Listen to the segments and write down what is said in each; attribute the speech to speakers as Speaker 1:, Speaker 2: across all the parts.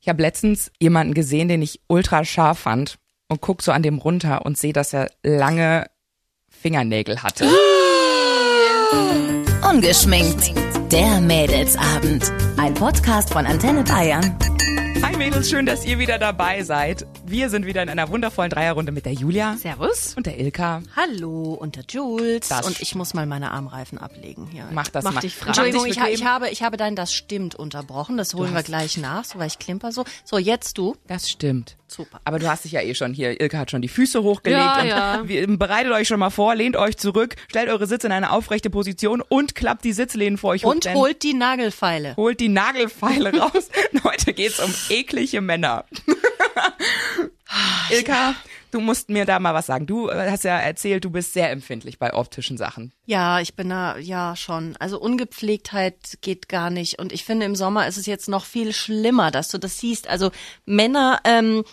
Speaker 1: Ich habe letztens jemanden gesehen, den ich ultra scharf fand und guck so an dem runter und sehe, dass er lange Fingernägel hatte.
Speaker 2: Ungeschminkt. Der Mädelsabend. Ein Podcast von Antenne Bayern.
Speaker 1: Hi Mädels, schön, dass ihr wieder dabei seid. Wir sind wieder in einer wundervollen Dreierrunde mit der Julia
Speaker 3: Servus.
Speaker 1: und der Ilka.
Speaker 3: Hallo, und der Jules.
Speaker 1: Das
Speaker 3: und ich muss mal meine Armreifen ablegen hier.
Speaker 1: Mach das
Speaker 3: Mach
Speaker 1: mal.
Speaker 3: dich frei.
Speaker 1: Mach
Speaker 3: Entschuldigung,
Speaker 1: dich
Speaker 3: ich, ha- ich,
Speaker 1: bequem.
Speaker 3: habe, ich habe dein Das stimmt unterbrochen. Das holen wir gleich nach, so weil ich klimper so. So, jetzt du.
Speaker 1: Das stimmt.
Speaker 3: Super.
Speaker 1: Aber du hast dich ja eh schon hier. Ilka hat schon die Füße hochgelegt.
Speaker 3: Ja,
Speaker 1: und
Speaker 3: ja.
Speaker 1: wir- Bereitet euch schon mal vor, lehnt euch zurück, stellt eure Sitze in eine aufrechte Position und klappt die Sitzlehnen vor euch hoch.
Speaker 3: Und
Speaker 1: denn
Speaker 3: holt die Nagelfeile.
Speaker 1: holt die Nagelfeile raus. Heute geht's um eklige Männer. Ilka, du musst mir da mal was sagen. Du äh, hast ja erzählt, du bist sehr empfindlich bei optischen Sachen.
Speaker 3: Ja, ich bin da, ja, schon. Also Ungepflegtheit geht gar nicht. Und ich finde, im Sommer ist es jetzt noch viel schlimmer, dass du das siehst. Also Männer, ähm,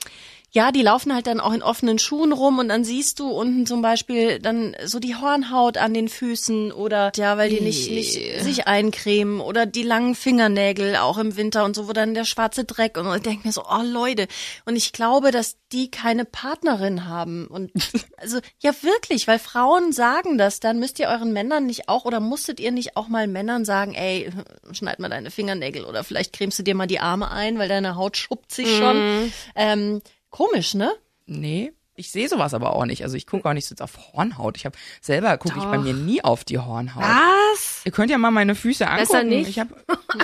Speaker 3: ja, die laufen halt dann auch in offenen Schuhen rum und dann siehst du unten zum Beispiel dann so die Hornhaut an den Füßen oder ja, weil die nicht, nicht sich eincremen oder die langen Fingernägel auch im Winter und so, wo dann der schwarze Dreck und ich denke mir so, oh Leute. Und ich glaube, dass die keine Partnerin haben. Und also, ja wirklich, weil Frauen sagen das, dann müsst ihr euren Männern nicht auch oder musstet ihr nicht auch mal Männern sagen, ey, schneid mal deine Fingernägel oder vielleicht cremst du dir mal die Arme ein, weil deine Haut schuppt sich
Speaker 1: Mhm.
Speaker 3: schon. Ähm, komisch, ne?
Speaker 1: Nee. Ich sehe sowas aber auch nicht. Also ich gucke auch nicht so jetzt auf Hornhaut. Ich habe selber gucke ich bei mir nie auf die Hornhaut.
Speaker 4: Was?
Speaker 1: Ihr könnt ja mal meine Füße angucken.
Speaker 4: nicht.
Speaker 1: Ich habe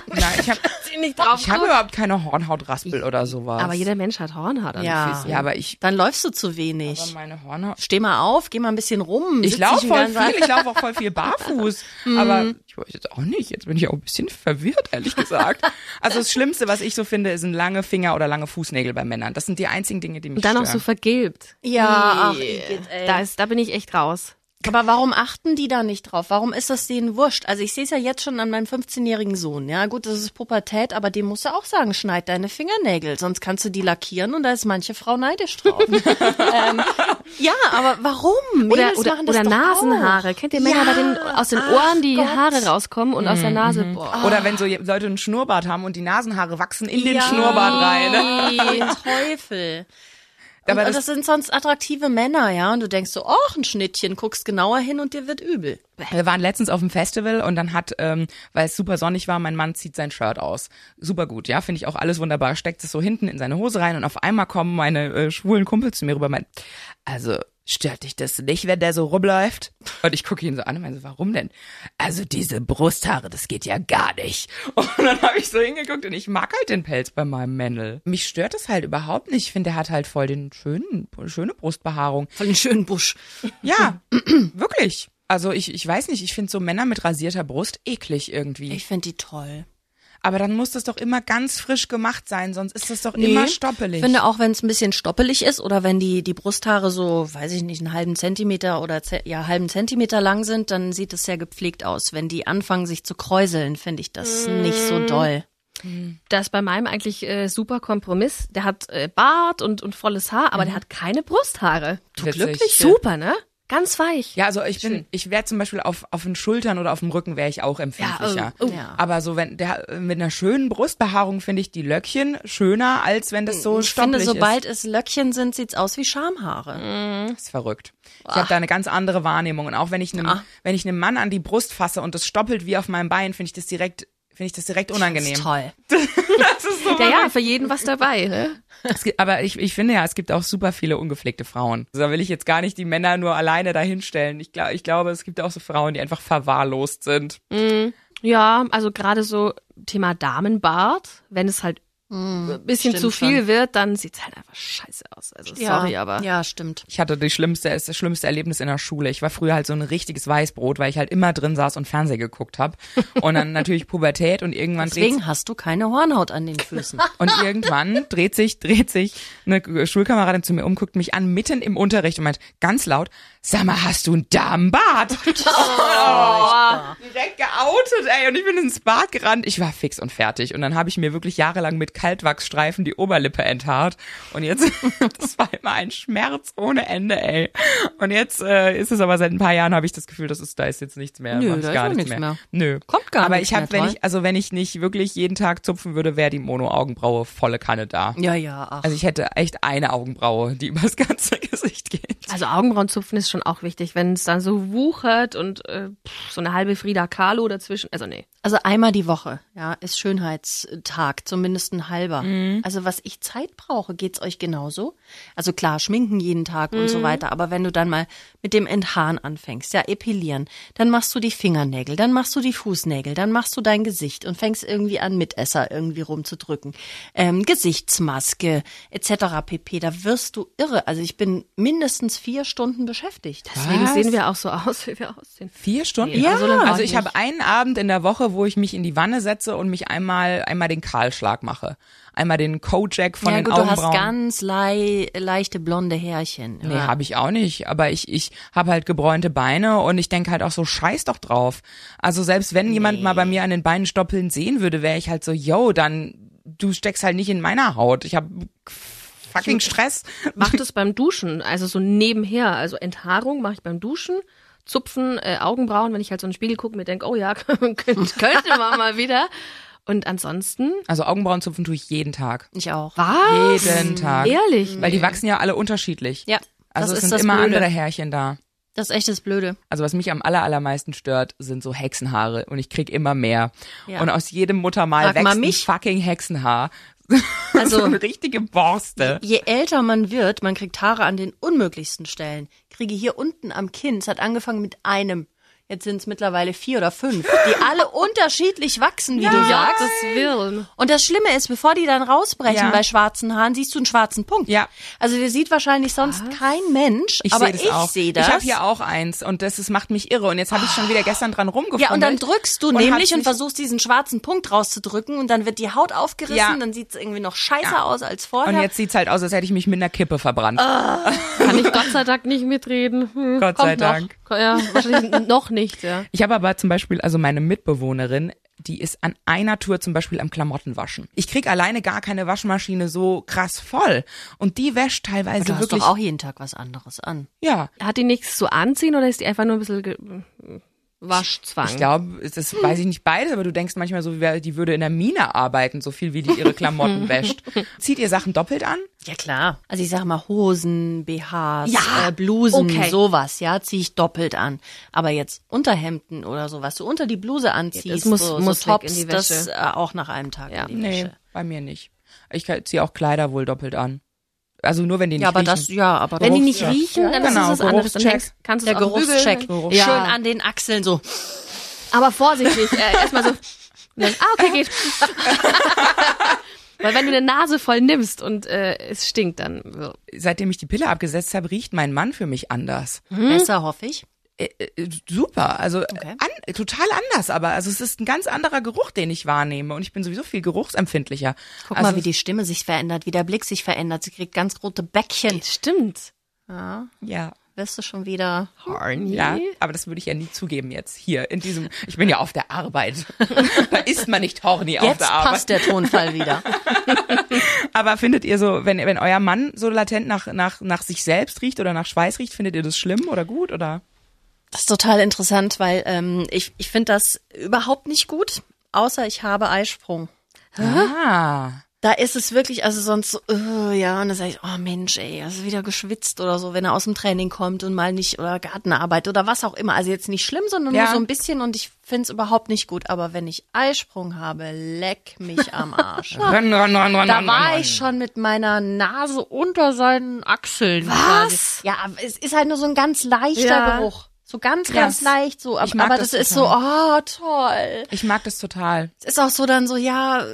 Speaker 1: nein, ich habe
Speaker 4: Nicht drauf
Speaker 1: ich habe überhaupt keine Hornhautraspel oder sowas.
Speaker 4: Aber jeder Mensch hat Hornhaut an
Speaker 3: Ja.
Speaker 4: den Füßen.
Speaker 1: ja, aber ich
Speaker 3: Dann läufst du zu wenig.
Speaker 1: aber meine Hornhaut
Speaker 3: Steh mal auf, geh mal ein bisschen rum.
Speaker 1: Ich
Speaker 3: sitz
Speaker 1: laufe
Speaker 3: nicht den
Speaker 1: voll
Speaker 3: ganzen
Speaker 1: viel, ich laufe auch voll viel barfuß. aber ich weiß jetzt auch nicht. Jetzt bin ich auch ein bisschen verwirrt, ehrlich gesagt. Also das Schlimmste, was ich so finde, sind lange Finger oder lange Fußnägel bei Männern. Das sind die einzigen Dinge, die mich
Speaker 4: Und dann auch
Speaker 1: stören.
Speaker 4: so vergilbt.
Speaker 3: Ja, ach,
Speaker 4: Nee.
Speaker 3: Igitt, ey.
Speaker 4: da, ist, da bin ich echt raus.
Speaker 3: Aber warum achten die da nicht drauf? Warum ist das denen wurscht? Also ich sehe es ja jetzt schon an meinem 15-jährigen Sohn. Ja, gut, das ist Pubertät, aber dem musst du auch sagen, schneid deine Fingernägel, sonst kannst du die lackieren und da ist manche Frau neidisch drauf. ähm, ja, aber warum?
Speaker 4: Oder,
Speaker 3: Mädels
Speaker 4: oder,
Speaker 3: machen das
Speaker 4: oder
Speaker 3: doch
Speaker 4: Nasenhaare.
Speaker 3: Auch.
Speaker 4: Kennt ihr Männer, bei denen aus den Ohren die Haare rauskommen und aus der
Speaker 3: Mhm,
Speaker 4: Nase? Boah.
Speaker 1: oder wenn so je- Leute einen Schnurrbart haben und die Nasenhaare wachsen in den
Speaker 3: Ja.
Speaker 1: Schnurrbart rein.
Speaker 3: Den Teufel. Und,
Speaker 1: Aber
Speaker 3: und
Speaker 1: das-
Speaker 3: das sind sonst attraktive Männer, ja. Und du denkst so, ach, ein Schnittchen, guckst genauer hin und dir wird übel.
Speaker 1: Wir waren letztens auf dem Festival und dann hat, ähm, weil es super sonnig war, mein Mann zieht sein Shirt aus. Super gut, ja, finde ich auch alles wunderbar. Steckt es so hinten in seine Hose rein und auf einmal kommen meine äh, schwulen Kumpel zu mir rüber. und Mein, also stört dich das nicht, wenn der so rumläuft? Und ich gucke ihn so an und meine so, warum denn? Also diese Brusthaare, das geht ja gar nicht. Und dann habe ich so hingeguckt und ich mag halt den Pelz bei meinem Männel. Mich stört das halt überhaupt nicht. Ich finde, der hat halt voll den schönen, schöne Brustbehaarung.
Speaker 3: Voll den schönen Busch.
Speaker 1: Ja, wirklich. Also ich, ich weiß nicht, ich finde so Männer mit rasierter Brust eklig irgendwie.
Speaker 3: Ich finde die toll.
Speaker 1: Aber dann muss das doch immer ganz frisch gemacht sein, sonst ist das doch immer stoppelig.
Speaker 3: Ich finde auch, wenn es ein bisschen stoppelig ist oder wenn die, die Brusthaare so, weiß ich nicht, einen halben Zentimeter oder ze ja, halben Zentimeter lang sind, dann sieht es sehr gepflegt aus. Wenn die anfangen, sich zu kräuseln, finde ich das
Speaker 1: Mm.
Speaker 3: nicht so doll.
Speaker 4: Das ist bei meinem eigentlich äh, super Kompromiss. Der hat äh, Bart und, und volles Haar, aber
Speaker 3: Mhm.
Speaker 4: der hat keine Brusthaare.
Speaker 1: Du Witzig. glücklich.
Speaker 4: Super, ne? Ganz weich.
Speaker 1: ja, also ich bin, ich wäre zum Beispiel auf, auf den Schultern oder auf dem Rücken wäre ich auch empfindlicher.
Speaker 4: oh, oh.
Speaker 3: Ja.
Speaker 1: Aber so wenn der mit einer schönen Brustbehaarung finde ich die Löckchen schöner, als wenn das so
Speaker 3: ich
Speaker 1: stoppelig
Speaker 3: finde, sobald es Löckchen sind, sieht's aus wie Schamhaare.
Speaker 1: ist. ist verrückt. Ich habe da eine ganz andere Wahrnehmung. Und auch wenn ich einem,
Speaker 3: Ah.
Speaker 1: wenn ich einem Mann an die Brust fasse und das stoppelt wie auf meinem Bein, finde ich das direkt, finde ich das direkt
Speaker 3: Das
Speaker 1: unangenehm.
Speaker 3: ist toll.
Speaker 1: Das ist so
Speaker 4: Ja, ja, für jeden was dabei, ne?
Speaker 1: Es gibt, aber ich, ich finde ja, es gibt auch super viele ungepflegte Frauen. Also da will ich jetzt gar nicht die Männer nur alleine dahinstellen. Ich, glaub, ich glaube, es gibt auch so Frauen, die einfach verwahrlost sind.
Speaker 4: Ja, also gerade so Thema Damenbart, wenn es halt ein bisschen
Speaker 3: Hm, stimmt
Speaker 4: zu viel wird, dann sieht's halt einfach scheiße aus. Also sorry, aber
Speaker 3: Ja, stimmt.
Speaker 1: Ich hatte die schlimmste, das schlimmste Erlebnis in der Schule. Ich war früher halt so ein richtiges Weißbrot, weil ich halt immer drin saß und Fernsehen geguckt habe. Und dann natürlich Pubertät und irgendwann dreht
Speaker 3: Deswegen hast du keine Hornhaut an den Füßen.
Speaker 1: und irgendwann dreht sich, dreht sich eine Schulkameradin zu mir um, guckt mich an, mitten im Unterricht und meint ganz laut, sag mal, hast du einen Darmbad? Oh,
Speaker 4: Oh,
Speaker 1: direkt geoutet, ey. Und ich bin ins Bad gerannt. Ich war fix und fertig. Und dann habe ich mir wirklich jahrelang mit Kaltwachsstreifen die Oberlippe enthaart. Und jetzt, das war immer ein Schmerz ohne Ende, ey. Und jetzt äh, ist es aber seit ein paar Jahren, habe ich das Gefühl, das ist, da ist jetzt nichts mehr.
Speaker 3: Nö,
Speaker 1: Mach ich
Speaker 3: da ist
Speaker 1: gar
Speaker 3: auch
Speaker 1: nichts
Speaker 3: nichts
Speaker 1: mehr.
Speaker 3: mehr.
Speaker 1: Nö.
Speaker 3: Kommt gar
Speaker 1: aber
Speaker 3: nichts
Speaker 1: ich
Speaker 3: mehr,
Speaker 1: habe, wenn
Speaker 3: toll.
Speaker 1: ich, also wenn ich nicht wirklich jeden Tag zupfen würde, wäre die Mono-Augenbraue volle Kanne da.
Speaker 3: Ja, ja, ach.
Speaker 1: Also ich hätte echt eine Augenbraue, die übers ganze Gesicht geht.
Speaker 4: also Augenbrauenzupfen ist schon auch wichtig, wenn es dann so wuchert und äh, pff, so eine halbe Frida Kahlo dazwischen. Also nee.
Speaker 3: Also einmal die Woche, ja, ist Schönheitstag, zumindest ein halber.
Speaker 1: Mhm.
Speaker 3: Also was ich Zeit brauche, geht's euch genauso? Also klar, schminken jeden Tag und
Speaker 1: Mhm.
Speaker 3: so weiter, aber wenn du dann mal mit dem Enthaaren anfängst, ja, epilieren, dann machst du die Fingernägel, dann machst du die Fußnägel, dann machst du dein Gesicht und fängst irgendwie an, Mitesser irgendwie rumzudrücken. Ähm, Gesichtsmaske, etc. pp. Da wirst du irre. Also ich bin mindestens vier Stunden beschäftigt.
Speaker 4: Deswegen
Speaker 1: Was?
Speaker 4: sehen wir auch so aus, wie wir aussehen.
Speaker 1: Vier Stunden?
Speaker 4: Nee,
Speaker 1: Ja,
Speaker 4: so lange brauch
Speaker 1: also
Speaker 4: ich
Speaker 1: ich habe einen Abend in der Woche, wo ich mich in die Wanne setze und mich einmal einmal den Kahlschlag mache. Einmal den Kojak von
Speaker 3: ja
Speaker 1: den
Speaker 3: gut, du
Speaker 1: Augenbrauen.
Speaker 3: hast ganz lei leichte blonde Härchen.
Speaker 1: Nee,
Speaker 3: ja.
Speaker 1: habe ich auch nicht. Aber ich, ich habe halt gebräunte Beine und ich denke halt auch so, scheiß doch drauf. Also selbst wenn jemand mal bei mir an den Beinen stoppeln sehen würde, wäre ich halt so, yo, dann du steckst halt nicht in meiner Haut. Ich habe fucking Stress.
Speaker 4: Macht es beim Duschen, also so nebenher. Also Enthaarung mache ich beim Duschen, Zupfen, äh, Augenbrauen, wenn ich halt so in den Spiegel gucke, mir denke, oh ja, könnte, könnte man mal wieder. Und ansonsten,
Speaker 1: Also Augenbrauen zupfen tue ich jeden Tag.
Speaker 3: Ich auch.
Speaker 1: Ah,
Speaker 4: was?
Speaker 1: Jeden Tag.
Speaker 4: Ehrlich?
Speaker 1: Weil die wachsen ja alle unterschiedlich.
Speaker 3: Ah, Ja,
Speaker 1: Also
Speaker 3: das
Speaker 1: es
Speaker 3: ist
Speaker 1: sind
Speaker 3: das
Speaker 1: immer
Speaker 3: Blöde.
Speaker 1: andere Härchen da.
Speaker 3: Das ist echt das Blöde.
Speaker 1: Also was mich am aller, allermeisten stört, sind so Hexenhaare und ich krieg immer mehr.
Speaker 3: Ja.
Speaker 1: Und aus jedem Muttermal
Speaker 3: Frag mal
Speaker 1: wächst ein
Speaker 3: mich.
Speaker 1: fucking Hexenhaar.
Speaker 3: Also-
Speaker 1: so eine richtige Borste.
Speaker 3: Je älter man wird, man kriegt Haare an den unmöglichsten Stellen. Kriege hier unten am Kinn, es hat angefangen mit einem. Jetzt sind es mittlerweile vier oder fünf, die alle unterschiedlich wachsen, wie du sagst.
Speaker 4: Das Willen.
Speaker 3: Und das Schlimme ist, bevor die dann rausbrechen
Speaker 1: Ja.
Speaker 3: bei schwarzen Haaren, siehst du einen schwarzen Punkt.
Speaker 1: Ja.
Speaker 3: Also der sieht wahrscheinlich sonst kein Mensch,
Speaker 1: Ich
Speaker 3: aber
Speaker 1: sehe das
Speaker 3: ich
Speaker 1: auch.
Speaker 3: sehe das.
Speaker 1: Ich habe hier auch eins und das, das macht mich irre. Und jetzt habe ich schon wieder gestern dran rumgefummelt.
Speaker 3: Ja, und dann drückst du
Speaker 1: und hab's
Speaker 3: nämlich und
Speaker 1: nicht-
Speaker 3: versuchst diesen schwarzen Punkt rauszudrücken und dann wird die Haut aufgerissen,
Speaker 1: Ja.
Speaker 3: dann sieht's irgendwie noch scheiße aus als vorher.
Speaker 1: Und jetzt sieht's halt aus, als hätte ich mich mit einer Kippe verbrannt.
Speaker 3: Ah.
Speaker 4: Kann ich Gott sei Dank nicht mitreden. Hm,
Speaker 1: Gott sei
Speaker 4: kommt noch.
Speaker 1: Dank.
Speaker 4: Ja, wahrscheinlich noch nicht, ja.
Speaker 1: Ich habe aber zum Beispiel, also meine Mitbewohnerin, die ist an einer Tour zum Beispiel am Klamottenwaschen. Ich krieg alleine gar keine Waschmaschine so krass voll. Und die wäscht teilweise
Speaker 4: Also
Speaker 3: du hast
Speaker 1: wirklich.
Speaker 3: doch auch jeden Tag was anderes an.
Speaker 1: ja.
Speaker 4: Hat die nichts zu anziehen oder ist die einfach nur ein bisschen ge- hm, Waschzwang?
Speaker 3: Hm?
Speaker 1: Ich glaube, das weiß ich nicht beides, aber du denkst manchmal so, wie wär- die würde in der Mine arbeiten, so viel wie die ihre Klamotten wäscht. Zieht ihr Sachen doppelt an?
Speaker 3: Ja, klar. Also ich sag mal Hosen, BHs,
Speaker 4: Ja,
Speaker 3: äh, Blusen,
Speaker 4: okay.
Speaker 3: sowas, ja, zieh ich doppelt an. Aber jetzt Unterhemden oder so, was du unter die Bluse anziehst,
Speaker 4: das muss-
Speaker 3: so,
Speaker 4: muss
Speaker 3: so Tops,
Speaker 4: weg in die
Speaker 3: das
Speaker 4: Wäsche.
Speaker 3: äh, auch nach einem Tag
Speaker 4: Ja.
Speaker 3: in die Wäsche.
Speaker 1: bei mir nicht. Ich ziehe auch Kleider wohl doppelt an. Also nur wenn die nicht
Speaker 3: Ja, aber
Speaker 1: riechen.
Speaker 3: das, ja, aber
Speaker 4: Wenn die
Speaker 3: Geruch-
Speaker 4: nicht
Speaker 3: ja.
Speaker 4: riechen, Hm, dann
Speaker 1: Genau,
Speaker 4: ist es was anderes. Dann
Speaker 1: Geruchscheck.
Speaker 4: hängst- kannst du
Speaker 3: der
Speaker 4: es auf den Bügel
Speaker 3: Geruchscheck
Speaker 4: hängen.
Speaker 3: schön
Speaker 4: Ja.
Speaker 3: an den Achseln so.
Speaker 4: Aber vorsichtig, äh, erstmal so. und Dann, ah, okay, geht. Weil wenn du eine Nase voll nimmst und äh, es stinkt, dann.
Speaker 1: Seitdem ich die Pille abgesetzt habe, riecht mein Mann für mich anders.
Speaker 4: Mhm.
Speaker 3: Besser hoffe ich.
Speaker 1: Äh, äh, super, also äh, an, total anders, aber also es ist ein ganz anderer Geruch, den ich wahrnehme und ich bin sowieso viel geruchsempfindlicher.
Speaker 3: Guck
Speaker 1: also,
Speaker 3: mal, wie die Stimme sich verändert, wie der Blick sich verändert. Sie kriegt ganz rote Bäckchen.
Speaker 4: Stimmt.
Speaker 1: ja.
Speaker 3: Wirst du schon wieder.
Speaker 4: Horny.
Speaker 1: Ja, aber das würde ich ja nie zugeben jetzt hier in diesem. Ich bin ja auf der Arbeit. da ist man nicht horny auf
Speaker 3: Jetzt
Speaker 1: der Arbeit.
Speaker 3: passt der Tonfall wieder.
Speaker 1: Aber findet ihr so, wenn wenn euer Mann so latent nach nach nach sich selbst riecht oder nach Schweiß riecht, findet ihr das schlimm oder gut oder?
Speaker 3: Das ist total interessant, weil ähm, ich, ich finde das überhaupt nicht gut, außer ich habe Eisprung.
Speaker 1: Ah.
Speaker 3: Da ist es wirklich, also sonst so, äh, ja, und dann sage ich, oh Mensch, ey, hast du wieder geschwitzt oder so, wenn er aus dem Training kommt und mal nicht, oder Gartenarbeit oder was auch immer. Also jetzt nicht schlimm, sondern
Speaker 1: Ja.
Speaker 3: nur so ein bisschen und ich finde es überhaupt nicht gut. Aber wenn ich Eisprung habe, leck mich am Arsch.
Speaker 1: Ran, ran, ran, ran,
Speaker 3: Da
Speaker 1: ran,
Speaker 3: war
Speaker 1: ran.
Speaker 3: ich schon mit meiner Nase unter seinen Achseln. Was? Ja, es ist halt nur so ein ganz leichter
Speaker 4: Ja.
Speaker 3: Geruch. So ganz,
Speaker 1: Krass.
Speaker 3: ganz leicht so.
Speaker 1: Ich
Speaker 3: Aber,
Speaker 1: mag
Speaker 3: aber
Speaker 1: das
Speaker 3: das, ist so, oh, toll.
Speaker 1: Ich mag das total.
Speaker 3: Es ist auch so dann so, ja,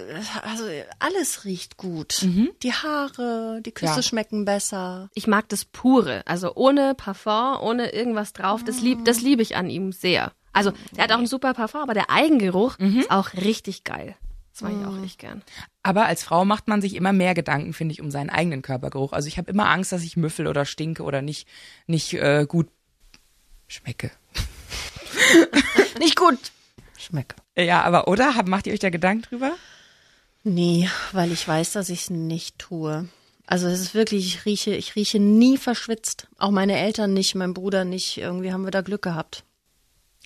Speaker 3: also alles riecht gut. Mhm. Die Haare, die Küsse
Speaker 1: Ja.
Speaker 3: schmecken besser.
Speaker 4: Ich mag das Pure, also ohne Parfum, ohne irgendwas drauf. Das lieb, das liebe ich an ihm sehr. Also der hat auch ein super Parfum, aber der Eigengeruch ist auch richtig geil. Das mag ich auch echt gern.
Speaker 1: Aber als Frau macht man sich immer mehr Gedanken, finde ich, um seinen eigenen Körpergeruch. Also ich habe immer Angst, dass ich müffel oder stinke oder nicht nicht äh, gut Schmecke.
Speaker 3: Nicht gut. Schmeckt.
Speaker 1: Ja, aber oder? Hab- Macht ihr euch da Gedanken drüber?
Speaker 3: Nee, weil ich weiß, dass ich es nicht tue. Also es ist wirklich, ich rieche, ich rieche nie verschwitzt. Auch meine Eltern nicht, mein Bruder nicht. Irgendwie haben wir da Glück gehabt.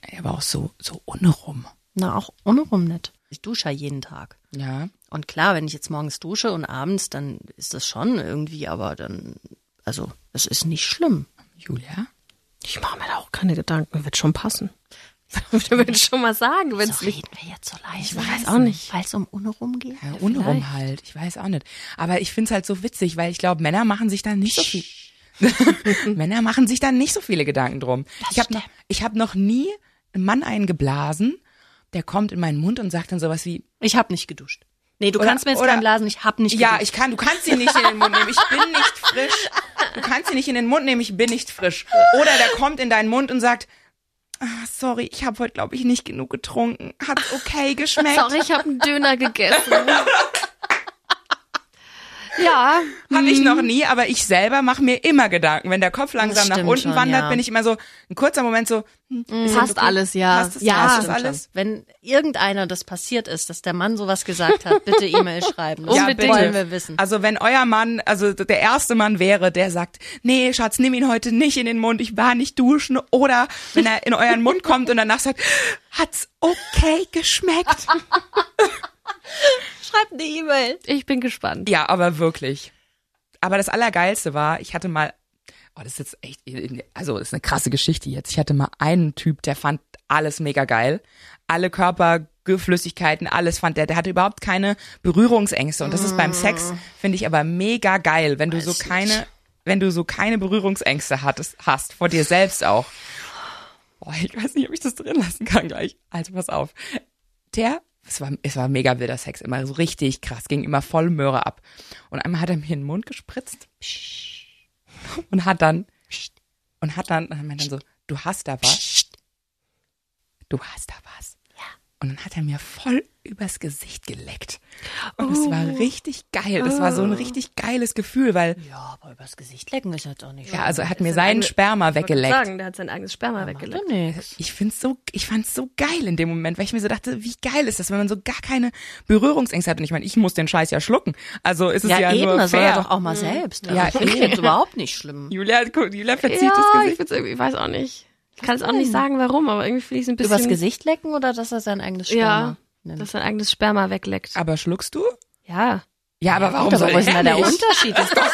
Speaker 1: Ey, Aber auch so, so unrum.
Speaker 3: Na, auch ohne rum nicht. Ich dusche ja jeden Tag.
Speaker 1: Ja.
Speaker 3: Und klar, wenn ich jetzt morgens dusche und abends, dann ist das schon irgendwie, aber dann, also es ist nicht schlimm.
Speaker 1: Julia?
Speaker 4: Ich mache mir da auch keine Gedanken, wird schon passen. Ich würde schon mal sagen, wenn es
Speaker 3: So
Speaker 4: nicht.
Speaker 3: reden wir jetzt so leise.
Speaker 4: weiß auch nicht.
Speaker 3: Weil es um Unrum geht.
Speaker 1: Ja, unrum
Speaker 4: vielleicht.
Speaker 1: halt. Ich weiß auch nicht. Aber ich find's halt so witzig, weil ich glaube, Männer machen sich da nicht so viel. Männer machen sich da nicht so viele Gedanken drum. ich habe noch, ich hab noch nie einen Mann einen geblasen, der kommt in meinen Mund und sagt dann sowas wie,
Speaker 3: Ich habe nicht geduscht. Nee, du
Speaker 1: Oder-
Speaker 3: kannst mir jetzt
Speaker 1: oder-
Speaker 3: keinen blasen, ich habe nicht
Speaker 1: ja,
Speaker 3: geduscht.
Speaker 1: ich kann, du kannst sie nicht in den Mund nehmen, ich bin nicht frisch. Du kannst sie nicht in den Mund nehmen, ich bin nicht frisch. Oder der kommt in deinen Mund und sagt, ah, sorry, ich habe heute, glaube ich, nicht genug getrunken. Hat okay geschmeckt.
Speaker 4: Sorry, ich habe einen Döner gegessen. ja,
Speaker 1: Habe ich
Speaker 3: Mhm.
Speaker 1: noch nie, aber ich selber mache mir immer Gedanken. Wenn der Kopf langsam nach
Speaker 3: stimmt
Speaker 1: unten
Speaker 3: schon,
Speaker 1: wandert,
Speaker 3: ja. Mhm.
Speaker 1: bin ich immer so, ein kurzer Moment so, hm, ist
Speaker 4: passt
Speaker 1: das okay?
Speaker 4: alles, ja.
Speaker 1: Passt das,
Speaker 4: ja,
Speaker 1: passt das
Speaker 4: stimmt
Speaker 1: alles?
Speaker 3: Wenn irgendeiner das passiert ist, dass der Mann sowas gesagt hat, bitte E-Mail schreiben. Das
Speaker 4: Unbedingt.
Speaker 3: wollen wir wissen.
Speaker 1: Also wenn euer Mann, also der erste Mann wäre, der sagt, nee, Schatz, nimm ihn heute nicht in den Mund, ich war nicht duschen. Oder wenn er in euren Mund kommt und danach sagt, hat's okay geschmeckt.
Speaker 3: Schreibt eine E-Mail.
Speaker 4: ich bin gespannt.
Speaker 1: Ja, aber wirklich. Aber das Allergeilste war, ich hatte mal, oh, das ist jetzt echt, also das ist eine krasse Geschichte jetzt. Ich hatte mal einen Typ, der fand alles mega geil. Alle Körperflüssigkeiten, alles fand der. Der hatte überhaupt keine Berührungsängste. Und das ist beim Sex, finde ich aber mega geil, wenn du so keine, wenn du so keine Berührungsängste hattest, hast, vor dir selbst auch. Boah, ich weiß nicht, ob ich das drin lassen kann gleich. Also pass auf. Der, es war, es war mega wilder Sex, immer so richtig krass, ging immer voll Möhre ab. Und einmal hat er mir in den Mund gespritzt und hat dann und hat dann, und hat dann so, du hast da was. Du hast da was. Und dann hat er mir voll übers Gesicht geleckt. Und es
Speaker 4: Oh.
Speaker 1: war richtig geil. Das war so ein richtig geiles Gefühl, weil,
Speaker 3: Ja, aber übers Gesicht lecken ist jetzt auch nicht
Speaker 1: ja, also er hat mir
Speaker 4: ein
Speaker 1: seinen
Speaker 4: eigenes-
Speaker 1: Sperma
Speaker 4: Ich wollte
Speaker 1: weggeleckt.
Speaker 4: Sagen, der hat sein eigenes Sperma weggelegt.
Speaker 3: nix.
Speaker 1: Ich find's so, ich fand's so geil in dem Moment, weil ich mir so dachte, wie geil ist das, wenn man so gar keine Berührungsängste hat. Und ich meine, ich muss den Scheiß ja schlucken. Also ist es ja,
Speaker 3: Ja, eben,
Speaker 1: nur
Speaker 3: das soll
Speaker 1: fair.
Speaker 3: er doch auch mal selbst.
Speaker 1: Ja,
Speaker 3: Also, ich finde es überhaupt nicht schlimm.
Speaker 1: Julia, guck, Julia verzieht
Speaker 4: ja,
Speaker 1: das
Speaker 4: ich,
Speaker 1: Gesicht.
Speaker 4: find's irgendwie- ich weiß auch nicht. Ich kann es auch nicht sagen, warum, aber irgendwie finde ich es ein bisschen.
Speaker 3: Übers Gesicht lecken oder dass er sein eigenes
Speaker 4: Ja,
Speaker 3: Sperma nimmt?
Speaker 4: dass sein eigenes Sperma wegleckt.
Speaker 1: Aber schluckst du?
Speaker 4: Ja.
Speaker 1: Ja, aber warum
Speaker 3: Gut, aber
Speaker 1: soll
Speaker 3: wo ist
Speaker 1: ich
Speaker 3: denn da der
Speaker 1: nicht?
Speaker 3: Unterschied? Das ist doch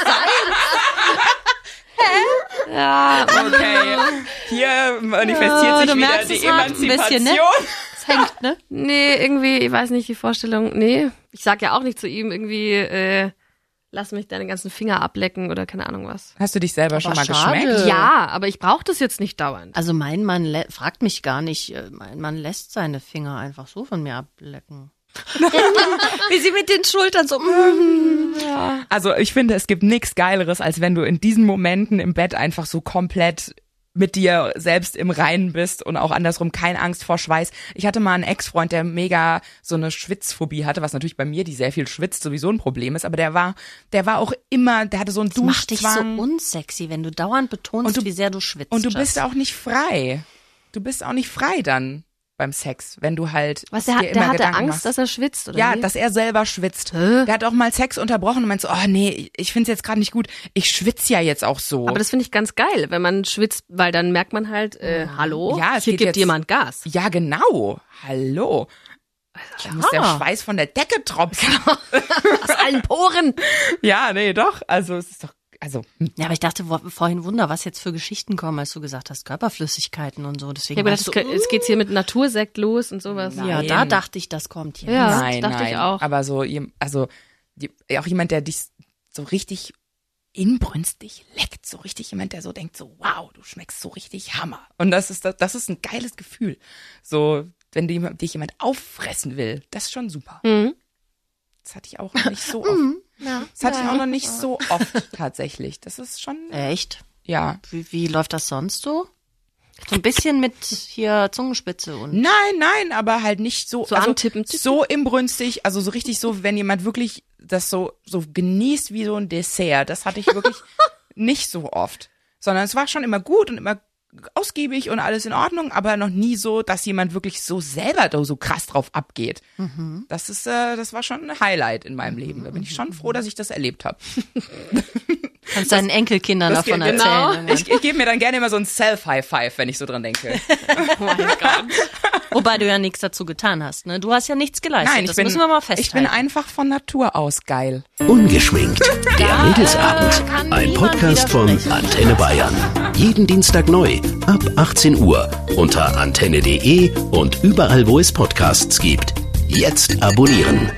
Speaker 4: Ja,
Speaker 1: Okay, hier manifestiert
Speaker 3: Ja,
Speaker 1: sich wieder
Speaker 3: du merkst,
Speaker 1: die
Speaker 3: es hakt ein bisschen,
Speaker 1: Emanzipation.
Speaker 3: ne? das hängt, ne?
Speaker 4: nee, irgendwie, ich weiß nicht, die Vorstellung, nee. Ich sag ja auch nicht zu ihm irgendwie, äh, lass mich deine ganzen Finger ablecken oder keine Ahnung was.
Speaker 1: Hast du dich selber schon mal
Speaker 3: schade.
Speaker 1: geschmeckt?
Speaker 3: Äh.
Speaker 4: Ja, aber ich brauche das jetzt nicht dauernd.
Speaker 3: Also mein Mann lä- fragt mich gar nicht, äh, mein Mann lässt seine Finger einfach so von mir ablecken. Wie sie mit den Schultern so.
Speaker 1: Also ich finde, es gibt nichts Geileres, als wenn du in diesen Momenten im Bett einfach so komplett mit dir selbst im Reinen bist und auch andersrum keine Angst vor Schweiß. Ich hatte mal einen Ex-Freund, der mega so eine Schwitzphobie hatte, was natürlich bei mir, die sehr viel schwitzt, sowieso ein Problem ist, aber der war, der war auch immer, der hatte so einen
Speaker 3: Mach dich so
Speaker 1: Duschzwang
Speaker 3: unsexy, wenn du dauernd betonst,
Speaker 1: mhm, Und du-
Speaker 3: wie sehr du schwitzt.
Speaker 1: und du bist
Speaker 3: Jess.
Speaker 1: auch nicht frei. Du bist auch nicht frei dann beim Sex, wenn du halt
Speaker 4: Was,
Speaker 1: dir
Speaker 4: der, hat-
Speaker 1: immer
Speaker 4: der hatte
Speaker 1: Gedanken
Speaker 4: Angst,
Speaker 1: machst.
Speaker 4: dass er schwitzt, oder?
Speaker 1: Ja,
Speaker 4: wie?
Speaker 1: dass er selber schwitzt. Der hat auch mal Sex unterbrochen und meint so, oh nee, ich find's jetzt gerade nicht gut. Ich schwitze ja jetzt auch so.
Speaker 4: Aber das finde ich ganz geil, wenn man schwitzt, weil dann merkt man halt, äh, hallo,
Speaker 1: Ja, es
Speaker 4: hier
Speaker 1: geht
Speaker 4: gibt
Speaker 1: jetzt-
Speaker 4: jemand Gas.
Speaker 1: ja, genau. Hallo.
Speaker 4: Also,
Speaker 1: Da muss der Schweiß von der Decke tropfen.
Speaker 4: Genau. Aus allen Poren.
Speaker 1: ja, nee, doch. Also es ist doch, also hm.
Speaker 3: Ja, aber ich dachte wo, vorhin Wunder, was jetzt für Geschichten kommen, als du gesagt hast, Körperflüssigkeiten und so. Deswegen
Speaker 4: Ich habe gedacht, es
Speaker 3: warst du,
Speaker 4: geht- es geht's hier mit Natursekt los und sowas.
Speaker 1: Nein.
Speaker 3: ja, da dachte ich, das kommt hier.
Speaker 4: Ja.
Speaker 1: nein,
Speaker 4: dachte
Speaker 1: nein.
Speaker 4: ich auch.
Speaker 1: Aber so, jem- also die- auch jemand, der dich so richtig inbrünstig leckt, so richtig jemand, der so denkt, so wow, du schmeckst so richtig Hammer. Und das ist das, das ist ein geiles Gefühl. So, wenn die- dich jemand auffressen will, das ist schon super.
Speaker 4: Mhm.
Speaker 1: Das hatte ich auch noch nicht so oft. Das hatte ich auch noch nicht so oft tatsächlich. Das ist schon,
Speaker 3: Echt?
Speaker 1: ja.
Speaker 3: Wie, wie läuft das sonst so? So ein bisschen mit hier Zungenspitze und.
Speaker 1: Nein, nein, aber halt nicht so.
Speaker 4: So antippen.
Speaker 1: So imbrünstig, also so richtig so, wenn jemand wirklich das so, so genießt wie so ein Dessert. Das hatte ich wirklich nicht so oft. Sondern es war schon immer gut und immer ausgiebig und alles in Ordnung, aber noch nie so, dass jemand wirklich so selber da so krass drauf abgeht.
Speaker 3: Mhm.
Speaker 1: Das ist, äh, das war schon ein Highlight in meinem Leben. Da bin ich schon froh, dass ich das erlebt habe.
Speaker 3: Kannst deinen Enkelkindern
Speaker 1: Das
Speaker 3: davon
Speaker 1: geht-
Speaker 3: erzählen.
Speaker 4: genau.
Speaker 3: irgendwann.
Speaker 1: Ich, ich gebe mir dann gerne immer so ein Self-High-Five, wenn ich so dran denke.
Speaker 3: Wobei du ja nichts dazu getan hast. Ne? Du hast ja nichts geleistet.
Speaker 1: Nein, ich
Speaker 3: das
Speaker 1: bin,
Speaker 3: müssen wir mal
Speaker 1: ich bin
Speaker 3: festhalten.
Speaker 1: einfach von Natur aus geil.
Speaker 5: Ungeschminkt. Der Mädelsabend.
Speaker 4: kann
Speaker 5: Ein
Speaker 4: niemand
Speaker 5: Podcast von
Speaker 4: widersprechen.
Speaker 5: Antenne Bayern. Jeden Dienstag neu ab 18 Uhr unter antenne.de und überall, wo es Podcasts gibt. Jetzt abonnieren.